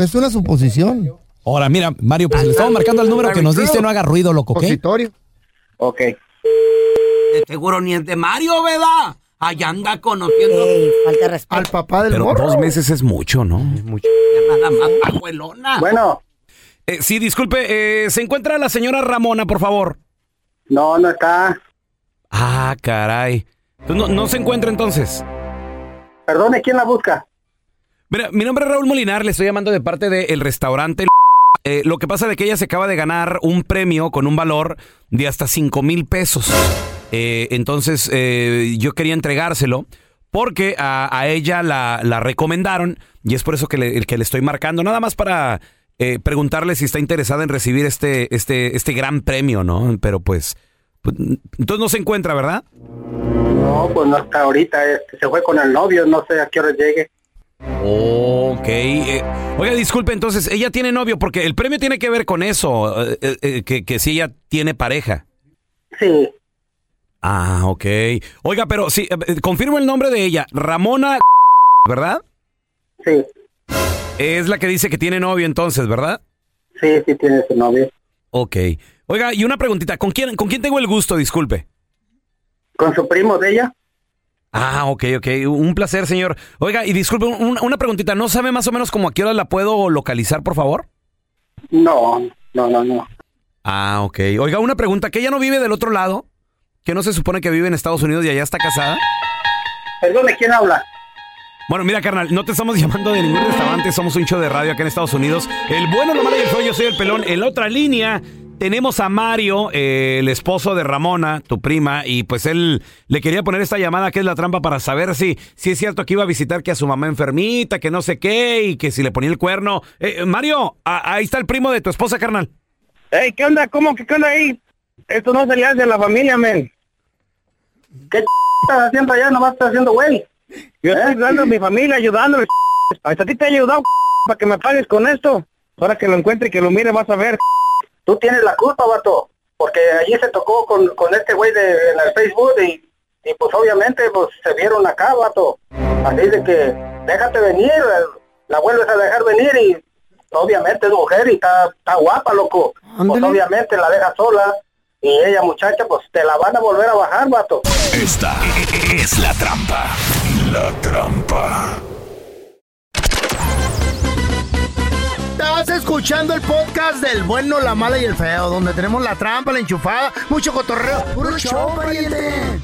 Es una suposición. Ahora, mira, Mario, pues le estamos marcando el número que nos diste, no haga ruido, loco, ¿ok? Positorio. Ok. de seguro ni es de Mario, ¿verdad? Allá anda conociendo falta respeto. Al papá del Pero morro. dos meses es mucho, ¿no? Es mucho. nada más abuelona. Bueno. sí, disculpe, eh, ¿se encuentra la señora Ramona, por favor? No, no está. Ah, caray. No, no se encuentra entonces. Perdone, ¿quién la busca? Mira, mi nombre es Raúl Molinar, le estoy llamando de parte del restaurante. El Eh, lo que pasa es que ella se acaba de ganar un premio con un valor de hasta 5 mil pesos. Eh, entonces eh, yo quería entregárselo porque a, a ella la, la recomendaron y es por eso que le, el que le estoy marcando, nada más para eh, preguntarle si está interesada en recibir este, este, este gran premio, ¿no? Pero pues, pues, entonces no se encuentra, ¿verdad? No, pues no está ahorita. Este, se fue con el novio, no sé a qué hora llegue. Ok. eh, oiga, disculpe, entonces, ella tiene novio, porque el premio tiene que ver con eso, eh, eh, eh, que, que si ella tiene pareja. Sí. Ah, ok. Oiga, pero sí, eh, eh, confirmo el nombre de ella, Ramona, ¿verdad? Sí. Es la que dice que tiene novio entonces, ¿verdad? Sí, sí tiene su novio. Ok. Oiga, y una preguntita, ¿con quién, ¿con quién tengo el gusto? Disculpe. ¿Con su primo de ella? Ah, ok, ok. Un placer, señor. Oiga, y disculpe, un- un- una preguntita, ¿no sabe más o menos como a qué hora la puedo localizar, por favor? No, no, no, no. Ah, ok. Oiga, una pregunta, ¿que ella no vive del otro lado? ¿Que no se supone que vive en Estados Unidos y allá está casada? Perdone, ¿quién habla? Bueno, mira, carnal, no te estamos llamando de ningún restaurante, somos un show de radio acá en Estados Unidos. El bueno, lo malo y el feo, yo soy el pelón. En la otra línea tenemos a Mario, eh, el esposo de Ramona, tu prima, y pues él le quería poner esta llamada que es la trampa para saber si, si es cierto que iba a visitar que a su mamá enfermita, que no sé qué, y que si le ponía el cuerno. Eh, Mario, a- ahí está el primo de tu esposa, carnal. Ey, ¿qué onda? ¿Cómo que qué onda ahí? Esto no se le hace a la familia, men. ¿Qué ch- estás haciendo allá? Nomás estás haciendo, güey. ¿Eh? Yo estoy ayudando a mi familia, ayudándole. ch-. Hasta a ti te he ayudado, ch-, para que me pagues con esto. Ahora que lo encuentre y que lo mire, vas a ver. ch-. Tú tienes la culpa, vato. Porque allí se tocó con, con este güey de, en el Facebook y, y pues obviamente pues se vieron acá, vato. Así de que déjate venir, eh, la vuelves a dejar venir y obviamente es mujer y está, está guapa, loco. Pues obviamente la dejas sola y ella muchacha pues te la van a volver a bajar, vato. Esta es la trampa. La trampa. Estás escuchando el podcast del bueno, la mala y el feo, donde tenemos la trampa, la enchufada, mucho cotorreo. ¡Puro show, pariente!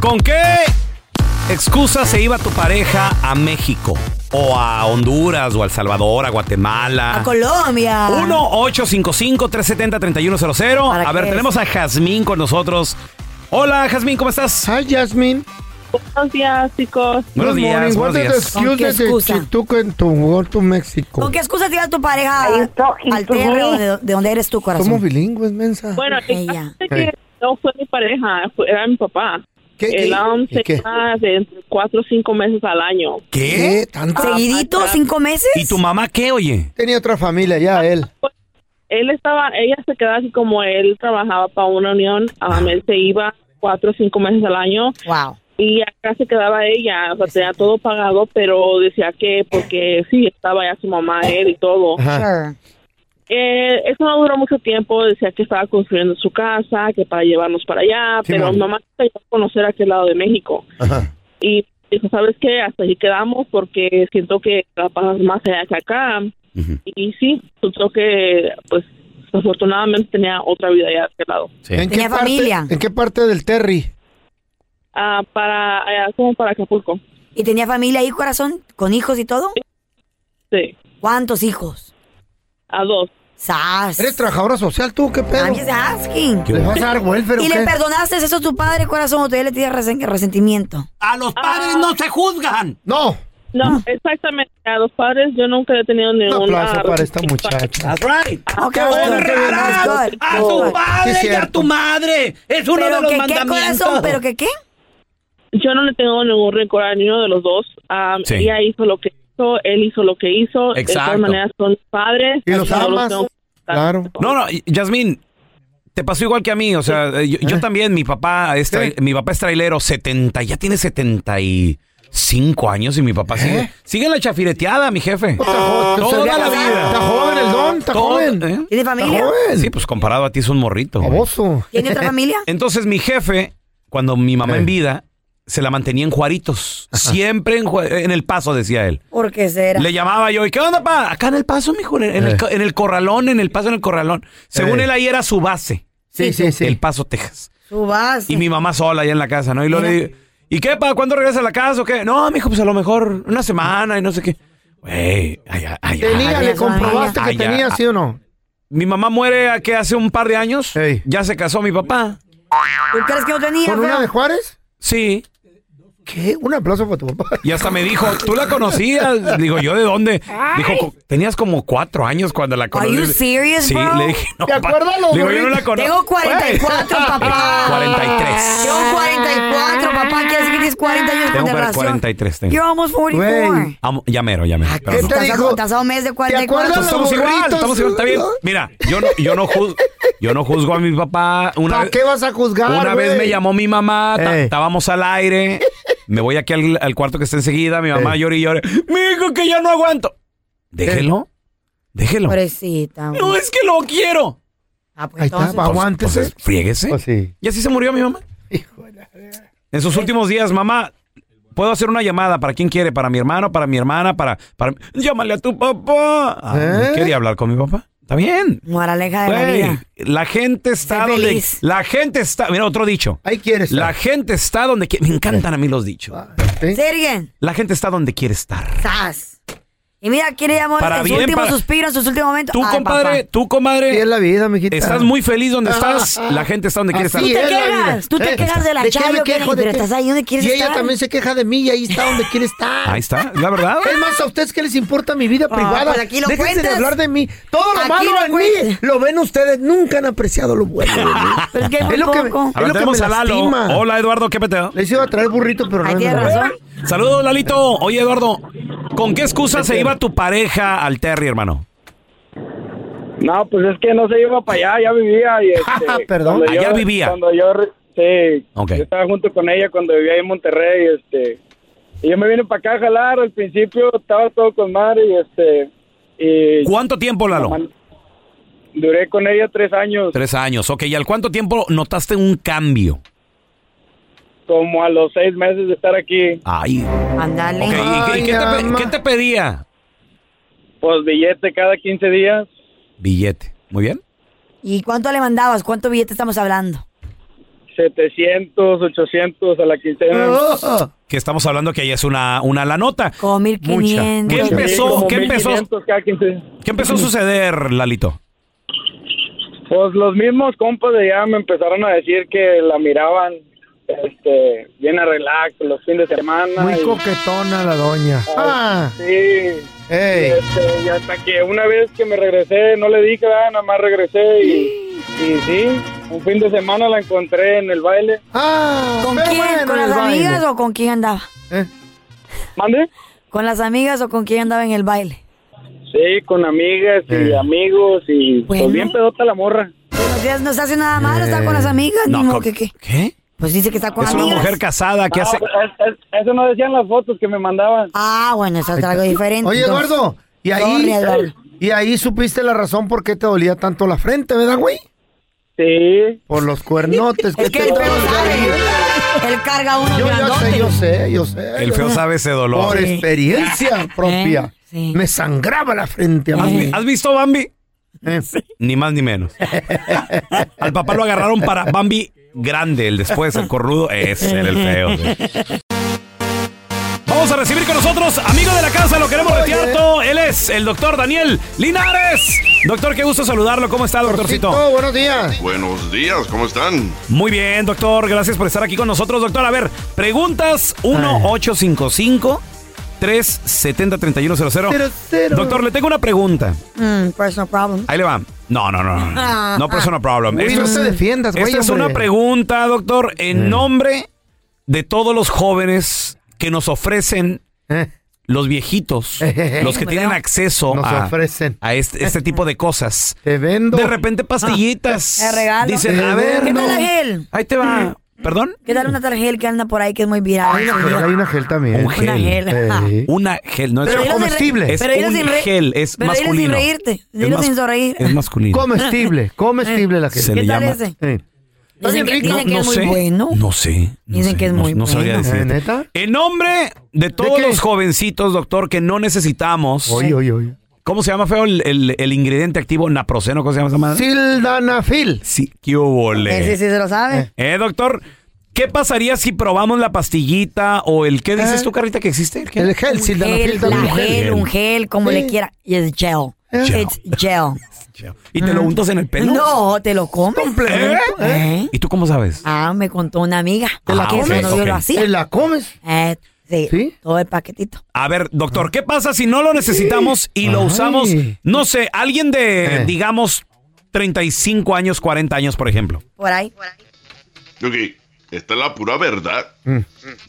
¿Con qué excusa se iba tu pareja a México? O a Honduras, o a El Salvador, a Guatemala. A Ah. Colombia. 1-855-370-3100. A ver, qué tenemos a Jazmín con nosotros. Hola, Jazmín, ¿cómo estás? Hi, Jazmín. Buenos días, chicos. Buenos días, buenos días. ¿Con qué excusa? Tú con tu, con tu México. ¿Con qué excusa te iba tu pareja al TR o de, de dónde eres tú, corazón? Somos bilingües, mensa. Bueno, el Ella. caso es que no fue mi pareja, fue- era mi papá. ¿Qué, Él aún ¿Y se qué? va de entre cuatro o cinco meses al año. Ah, ¿Qué? ¿Seguidito? ¿Cinco meses? ¿Y tu mamá qué, oye? Tenía otra familia ya, él. Él estaba, ella se quedaba así como él trabajaba para una unión, ah, él se iba cuatro o cinco meses al año. Wow. Y acá se quedaba ella, o sea, tenía todo pagado, pero decía que porque sí, estaba ya su mamá, Ah. él y todo. Eh, eso no duró mucho tiempo, decía que estaba construyendo su casa, que para llevarnos para allá, Sí, pero mami. mi mamá quería conocer aquel lado de México. Y dijo, ¿sabes qué? Hasta ahí quedamos porque siento que la pasas más allá que acá. Y sí, resultó que, pues, afortunadamente tenía otra vida allá de aquel lado. ¿En qué, parte, ¿En qué parte del Terry? Ah, para, allá, como para Acapulco. ¿Y tenía familia ahí, corazón? ¿Con hijos y todo? Sí. ¿Cuántos hijos? A dos. ¡Sas! ¿Eres trabajadora social tú? ¿Qué pedo? I'm just asking. ¿Le vas a dar welfare o ¿Y qué? le perdonaste eso a tu padre, corazón, o todavía le tienes resen- resentimiento? A los padres no se juzgan. No. Ah. No, exactamente. A los padres yo nunca he tenido ninguna... Plaza para esta Ah, muchacha. right. Ok, Honrarás a tu padre Sí, y a cierto. tu madre. Es uno Pero de los que qué, mandamientos. corazón, pero que qué. Yo no le tengo ningún rencor a ninguno de los dos. Ah, Sí. Ella hizo lo que hizo, él hizo lo que hizo. De Exacto. todas maneras son padres. ¿Y los No amas? tengo- Claro. No, no, Jazmín, te pasó igual que a mí. O sea, eh, yo, yo también, mi papá, es trai- mi papá es trailero, 70, ya tiene 70 y... Cinco años y mi papá sigue, sigue en la chafireteada, mi jefe. Toda la vida. Está joven el don, está joven. ¿Eh? ¿Tiene familia? Sí, pues comparado a ti es un morrito. güey. ¿Tiene otra familia? Entonces mi jefe, cuando mi mamá en vida, se la mantenía en Juaritos. Siempre en, Jua- en el paso, decía él. ¿Por qué será? Le llamaba yo, ¿y qué onda, pa? Acá en el paso, mijo, en el, en el co- en el corralón, en el paso, en el corralón. Según Eh. él, ahí era su base. Sí, sí, sí. El paso, Texas. Su base. Y mi mamá sola allá en la casa, ¿no? Y luego le digo, ¿y qué, pa? ¿Cuándo regresa a la casa o qué? No, mijo, pues a lo mejor una semana y no sé qué. Güey, allá, allá. Tenía, le allá, comprobaste que allá, tenía, sí o no. Mi mamá muere a que hace un par de años. Ya se casó mi papá. ¿Tú crees que yo tenía? ¿Con una feo? de Juárez? Sí. ¿Qué? Un aplauso para tu papá. Y hasta me dijo, ¿tú la conocías? Digo, ¿yo de dónde? Dijo, co- tenías como cuatro años cuando la Are conocí. you serious, sí, bro? le dije, no. ¿Te pa- acuerdas los Digo, yo no burritos? la conozco. Tengo 44, papá. 43. Tengo 44, papá. Quiere decir que Ah, tienes 40 años Tengo de cuar- relación. 43. Tengo. You're almost Ah, 44. Am- ya mero, ya mero. pero no. Estás a- Estás a un mes de 44. Pues estamos igual, estamos igual, está bien. Mira, yo no, yo no juzgo, yo no juzgo a mi papá. Una ¿Para vez- qué vas a juzgar? Una vez güey? me llamó mi mamá, ta- Ey. estábamos al aire. Me voy aquí al, al cuarto que está enseguida. Mi mamá llora y llora. Mijo, que ya no aguanto. Déjelo. Déjelo. Pobrecita. No, es que lo quiero. Ah, pues entonces. aguántese. friéguese. Oh, Y así se murió mi mamá. En sus últimos días, mamá, puedo hacer una llamada para quien quiere, para mi hermano, para mi hermana, para. para... Llámale a tu papá. Ah, ¿Eh? Quería hablar con mi papá. Está bien. Moraleja de la Güey, vida. la gente está Sé donde. feliz. La gente está. Mira, otro dicho. Ahí quieres. La gente está donde quiere. Me encantan a mí los dichos. Ah, Sergio, La gente está donde quiere estar. sas. Y mira, quiere llamar Para en su bien, último para- suspiro, en sus últimos momentos. Tú, Ay, compadre, papá. tú, comadre. Sí, es la vida, mijita. Ah, Estás muy feliz donde estás. La gente está donde quiere estar. Tú Así te es la quejas, vida. Pues tú te quejas de la Eh, ¿De qué me Chayo, quejo? Karen, ¿De pero qué? estás ahí donde quieres Y ella estar. también se queja de mí y ahí está donde quiere estar. Ahí está, la verdad. Es más, a ustedes que les importa mi vida Ah, privada. pues aquí lo Déjense de cuentas. hablar de mí. Todo lo Aquí malo lo en mí lo ven ustedes. Nunca han apreciado lo bueno de mí. Pero es que es lo que, A ver, es lo que tenemos me a Lalo. lastima. Hola, Eduardo, ¿qué peteo? Les iba a traer burrito, pero no. me lo- Saludos, Lalito. Oye, Eduardo, ¿con qué excusa se iba tu pareja al Terry, hermano? No, pues es que no se iba para allá, ya vivía. Y este, Perdón. cuando Allá yo- vivía. Cuando yo, re- sí, Ok. yo estaba junto con ella cuando vivía ahí en Monterrey, este, y yo me vine para acá a jalar, al principio estaba todo con madre y este... Y ¿Cuánto tiempo, Lalo? Duré con ella tres años, Tres años. Ok, ¿y al cuánto tiempo notaste un cambio? como a los seis meses de estar aquí. Ay. Ándale. Ok, ¿y- ¿y, qué, te, pe- qué te pedía? Pues billete cada 15 días. Billete. Muy bien. ¿Y cuánto le mandabas? ¿Cuánto billete estamos hablando? 700, 800 a la quincena. Que estamos hablando que ella es una, una la nota. Como 1500. ¿Qué empezó, Como qué empezó, 1500 cada 15. qué empezó a suceder, Lalito? Pues los mismos compas de allá me empezaron a decir que la miraban este, bien arreglada con los fines de semana. Muy y- coquetona la doña. Ah, Sí. Y, este, y hasta que una vez que me regresé, no le dije ah, nada, nada más regresé y, y sí, un fin de semana la encontré en el baile. Ah. ¿Con Ah, pero quién? bueno, ¿Con en las el baile. ¿Eh? amigas o con quién andaba? ¿Mande? ¿Con las amigas o con quién andaba en el baile? Sí, con amigas y amigos y pues, bien pedota la morra. Buenos días, no está haciendo nada malo, está Eh, con las amigas. no, ni modo con- que qué. Eh, ¿Qué? Pues dice que está con Es una amigas. mujer casada que No, hace... pues, es- es- eso no decían las fotos que me mandaban. Ah, bueno, eso es algo diferente. Oye, entonces. Eduardo, y Sorry, ahí, Eduardo. y ahí supiste la razón por qué te dolía tanto la frente, ¿verdad, güey? Sí. Por los cuernotes. que Es que el feo sabe. Él carga uno Yo, yo grandote. sé, yo sé, yo sé. El feo yo sé. sabe ese dolor. Por Sí. Eh, experiencia propia. Me sangraba la frente. a ¿Has, mí. vi- has visto Bambi? Ni más ni menos. Al papá lo agarraron para Bambi grande, el después, el corrudo. Ese era el feo. sí. Vamos a recibir con nosotros, amigo de la casa, lo queremos retear todo. Él es el doctor Daniel Linares. Doctor, qué gusto saludarlo. ¿Cómo está, doctorcito? buenos días. Buenos días, ¿cómo están? Muy bien, doctor. Gracias por estar aquí con nosotros, doctor. A ver, preguntas 1855 370 Cero, 3100. cero. Doctor, le tengo una pregunta. Mm, personal problem. Ah, Ahí le va. No, no, no. No, no personal problem. Güey, Esto no es- te defiendas, güey, Esta es hombre. Eh. una pregunta, doctor, en nombre de todos los jóvenes que nos ofrecen los viejitos, los que tienen acceso Eh. Nos a, ofrecen. a este, este tipo de cosas. Te vendo. De repente pastillitas. Te ah, regalo. Dicen, a ¿Qué ver, tal no. la gel? Ahí te va. ¿Perdón? ¿Qué tal una tarjeta que anda por ahí que es muy viral? Hay una gel, hay una gel también. Un gel. Una gel. Ey. Una gel, no es Pero dilo sin re- Es pero dilo un sin re- gel, es pero dilo sin masculino. reírte, Es dilo mas- sin sonreír. Es masculino. Comestible, comestible la gel. Se le ¿Qué tal llama. ese? Eh. Dicen que, dicen que no es muy sé. bueno. No sé. Dicen que es No, muy Oh, no sabría bueno. decirte. En nombre de todos los jovencitos, doctor, que no necesitamos. Oye, oye, oye. ¿Cómo se llama feo el, el- el ingrediente activo naproceno? ¿Cómo se llama esa madre? Sildanafil. Sí, qué obole. Ese sí se lo sabe. Eh, doctor, ¿qué pasaría si probamos la pastillita o el qué dices tú, Carlita, que existe? ¿El, Ah. gel, Gel, la gel, un gel, como Sí. le quiera. Y es gel. It's gel. ¿Y te lo untas en el pelo? No, te lo comes. ¿Eh? ¿Y tú cómo sabes? Ah, me contó una amiga. ¿Te la que comes? su novio Ok. lo hacía. ¿Te la comes? Eh, sí, Todo el paquetito. A ver, doctor, ¿qué pasa si no lo necesitamos y lo Ay. Eh. usamos? No sé, alguien de, digamos, 35 años, 40 años, por ejemplo. Por ahí. Ok, esta es la pura verdad. Mm.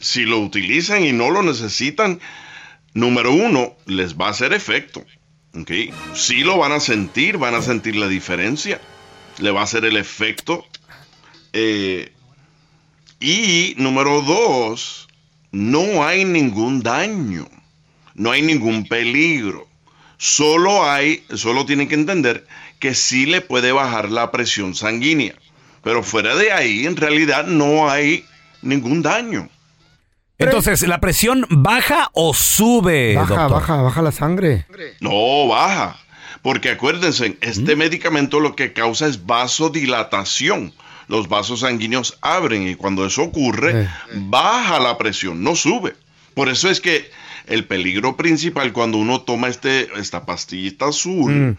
Si lo utilizan y no lo necesitan, número uno, les va a hacer efecto. Ok, sí lo van a sentir, van a sentir la diferencia. Le va a hacer el efecto. Eh, y número dos, no hay ningún daño. No hay ningún peligro. Solo hay, solo tienen que entender que sí le puede bajar la presión sanguínea. Pero fuera de ahí, en realidad no hay ningún daño. Entonces, ¿la presión baja o sube, Baja, Eh, doctor? baja, baja la sangre. No, baja. Porque acuérdense, este medicamento lo que causa es vasodilatación. Los vasos sanguíneos abren y cuando eso ocurre, baja la presión, no sube. Por eso es que el peligro principal cuando uno toma este, esta pastillita azul,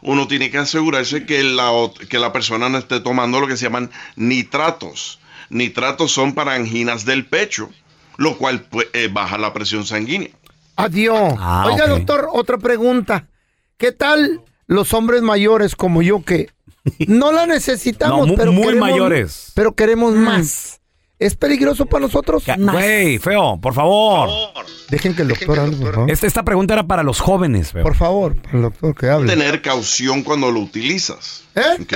uno tiene que asegurarse que la, ot- que la persona no esté tomando lo que se llaman nitratos. Nitratos son para anginas del pecho, lo cual pues, eh, baja la presión sanguínea. Adiós. Ah, Oiga, ok. doctor, otra pregunta. ¿Qué tal los hombres mayores como yo que no la necesitamos, No, mu- pero muy queremos- mayores. Pero queremos Ah. más. ¿Es peligroso para nosotros? Güey, feo, por favor. Dejen que el doctor hable, por favor. Esta, esta pregunta era para los jóvenes, feo. Por favor, para el doctor que hable. tener caución cuando lo utilizas. ¿Eh? ¿ok?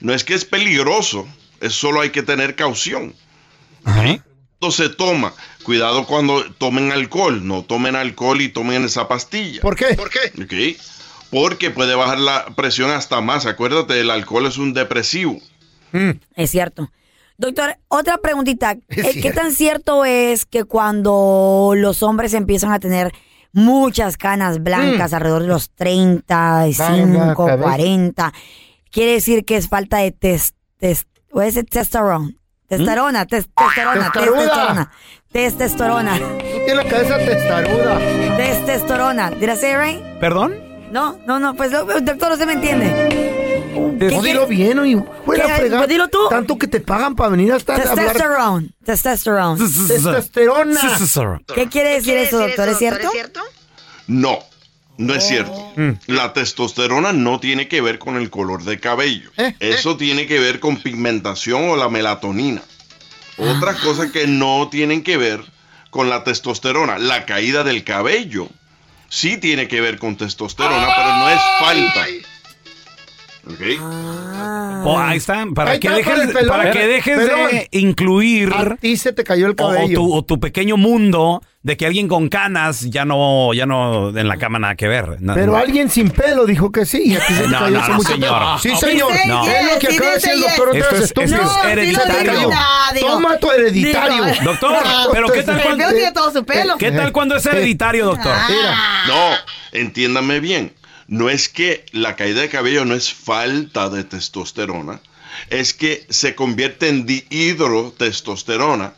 No es que es peligroso, es solo hay que tener caución. Cuando se toma, cuidado cuando tomen alcohol, no tomen alcohol y tomen esa pastilla. ¿Por qué? ¿Por qué? Porque puede bajar la presión hasta más. Acuérdate, el alcohol es un depresivo. Mm. Es cierto. Doctor, otra preguntita. Eh, ¿Qué tan cierto es que cuando los hombres empiezan a tener muchas canas blancas alrededor de los 35, Blanca, Mm. ¿ves? 40, quiere decir que es falta de test, test o es de ¿Mm? testosterone? Testosterona, tes- testosterona, Testaruda. testosterona, testosterona, Tiene la cabeza testaruda. testosterona. Did I say it right? ¿Perdón? No, no, no, pues lo- doctor, usted me entiende. No, dilo bien, oye, fuera ¿Qué? fregada. Pues dilo tú. Tanto que te pagan para venir hasta a hablar. Testosterone, testosterone. Testosterona. ¿Qué quiere decir eso, doctor? ¿Es cierto? No, no es cierto. La testosterona no tiene que ver con el color de cabello. Eso tiene que ver con pigmentación o la melatonina. Otras cosas que no tienen que ver con la testosterona. La caída del cabello sí tiene que ver con testosterona, pero no es falta. ¿Ok? Oh, ahí está. Ah. Para Ahí que está, para dejes, el pelón. para que dejes Pelón. de incluir A ti se te cayó el o, o cabello. tu, o tu pequeño mundo de que alguien con canas ya no, ya no en la cama nada que ver. Na- Pero na- alguien sin pelo dijo que sí. Y a ti se te No, cayó no, hace no, mucho señor. tiempo. Sí, señor. No. Es lo que acaba de decir el doctor. otra Esto vez, es, esto es estúpido. hereditario. Toma tu hereditario. Digo. Doctor, pero Este, ¿qué tal cuando- Pero tiene todo su pelo. ¿Qué tal cuando es hereditario, doctor? No, entiéndame bien. No es que la caída de cabello no es falta de testosterona, es que se convierte en dihidrotestosterona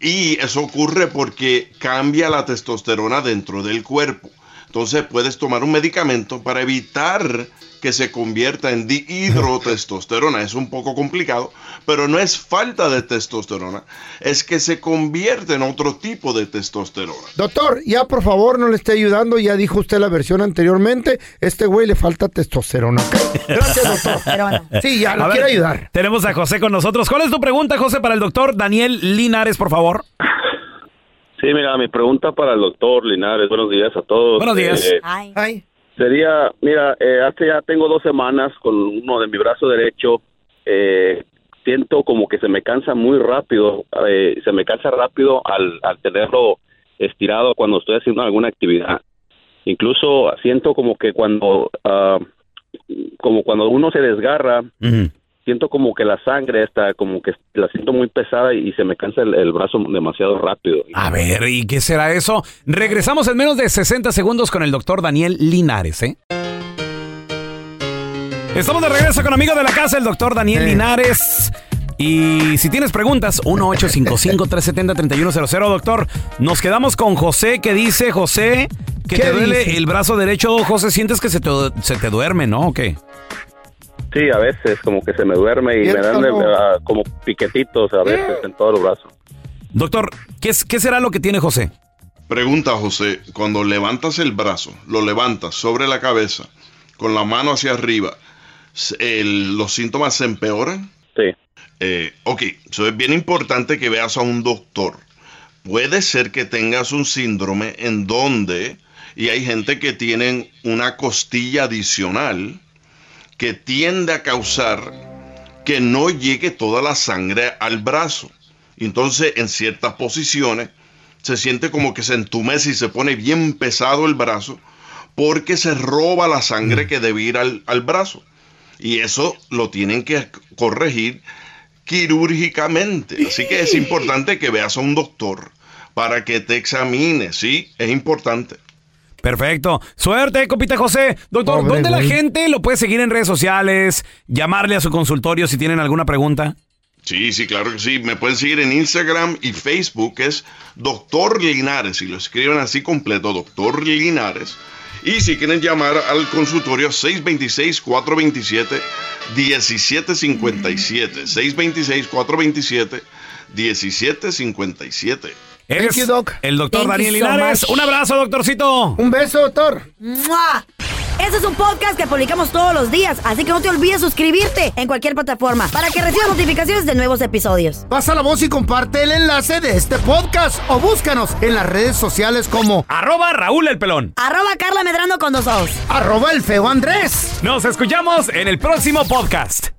y eso ocurre porque cambia la testosterona dentro del cuerpo. Entonces puedes tomar un medicamento para evitar que se convierta en dihidrotestosterona. Es un poco complicado, pero no es falta de testosterona, es que se convierte en otro tipo de testosterona. Doctor, ya por favor no le esté ayudando. Ya dijo usted la versión anteriormente. Este güey le falta testosterona. ¿ok? Gracias, doctor. Sí, ya lo A ver, quiere ayudar. Tenemos a José con nosotros. ¿Cuál es tu pregunta, José, para el doctor Daniel Linares, por favor? Sí, mira, mi pregunta para el doctor Linares. Buenos días a todos. Buenos días. Eh, Ay. sería, mira, eh, hace ya tengo dos semanas con uno de mi brazo derecho. eh, siento como que se me cansa muy rápido, eh, se me cansa rápido al, al tenerlo estirado cuando estoy haciendo alguna actividad. Incluso siento como que cuando, ah, como cuando uno se desgarra, siento como que la sangre está, como que la siento muy pesada y se me cansa el, el brazo demasiado rápido. A ver, ¿y qué será eso? Regresamos en menos de 60 segundos con el doctor Daniel Linares, ¿eh? Estamos de regreso con amigo de la casa, el doctor Daniel Linares. Y si tienes preguntas, 1-855-370-3100. Doctor, nos quedamos con José que dice, José, que ¿Qué te duele dice? el brazo derecho. José, sientes que se te, se te duerme, ¿no? ¿O qué? Sí, a veces como que se me duerme y me ¿Cierto dan o no? ah, como piquetitos a veces en todos los brazos. Doctor, ¿qué, es- qué será lo que tiene José? Pregunta José, cuando levantas el brazo, lo levantas sobre la cabeza, con la mano hacia arriba, s- el- ¿los síntomas se empeoran? Eh, Sí. ok, eso es bien importante que veas a un doctor. Puede ser que tengas un síndrome en donde, y hay gente que tienen una costilla adicional que tiende a causar que no llegue toda la sangre al brazo. Entonces, en ciertas posiciones, se siente como que se entumece y se pone bien pesado el brazo porque se roba la sangre que debe ir al, al brazo. Y eso lo tienen que corregir quirúrgicamente. Así que es importante que veas a un doctor para que te examine, ¿sí? Es importante. Perfecto. Suerte, compita José. Doctor, Pobre ¿dónde la güey. gente lo puede seguir en redes sociales? Llamarle a su consultorio si tienen alguna pregunta. Sí, sí, claro que sí. Me pueden seguir en Instagram y Facebook, es Doctor Linares, y lo escriben así completo, Doctor Linares. Y si quieren llamar al consultorio 626-427-1757. 626-427-1757. Eres el doctor Daniel Linares. Un abrazo, doctorcito. Un beso, doctor. ¡Mua! Este es un podcast que publicamos todos los días, así que no te olvides suscribirte en cualquier plataforma para que recibas notificaciones de nuevos episodios. Pasa la voz y comparte el enlace de este podcast o búscanos en las redes sociales como Arroba Raúl el pelón. Arroba Carla Medrano con dos ojos. arroba el feo Andrés. Nos escuchamos en el próximo podcast.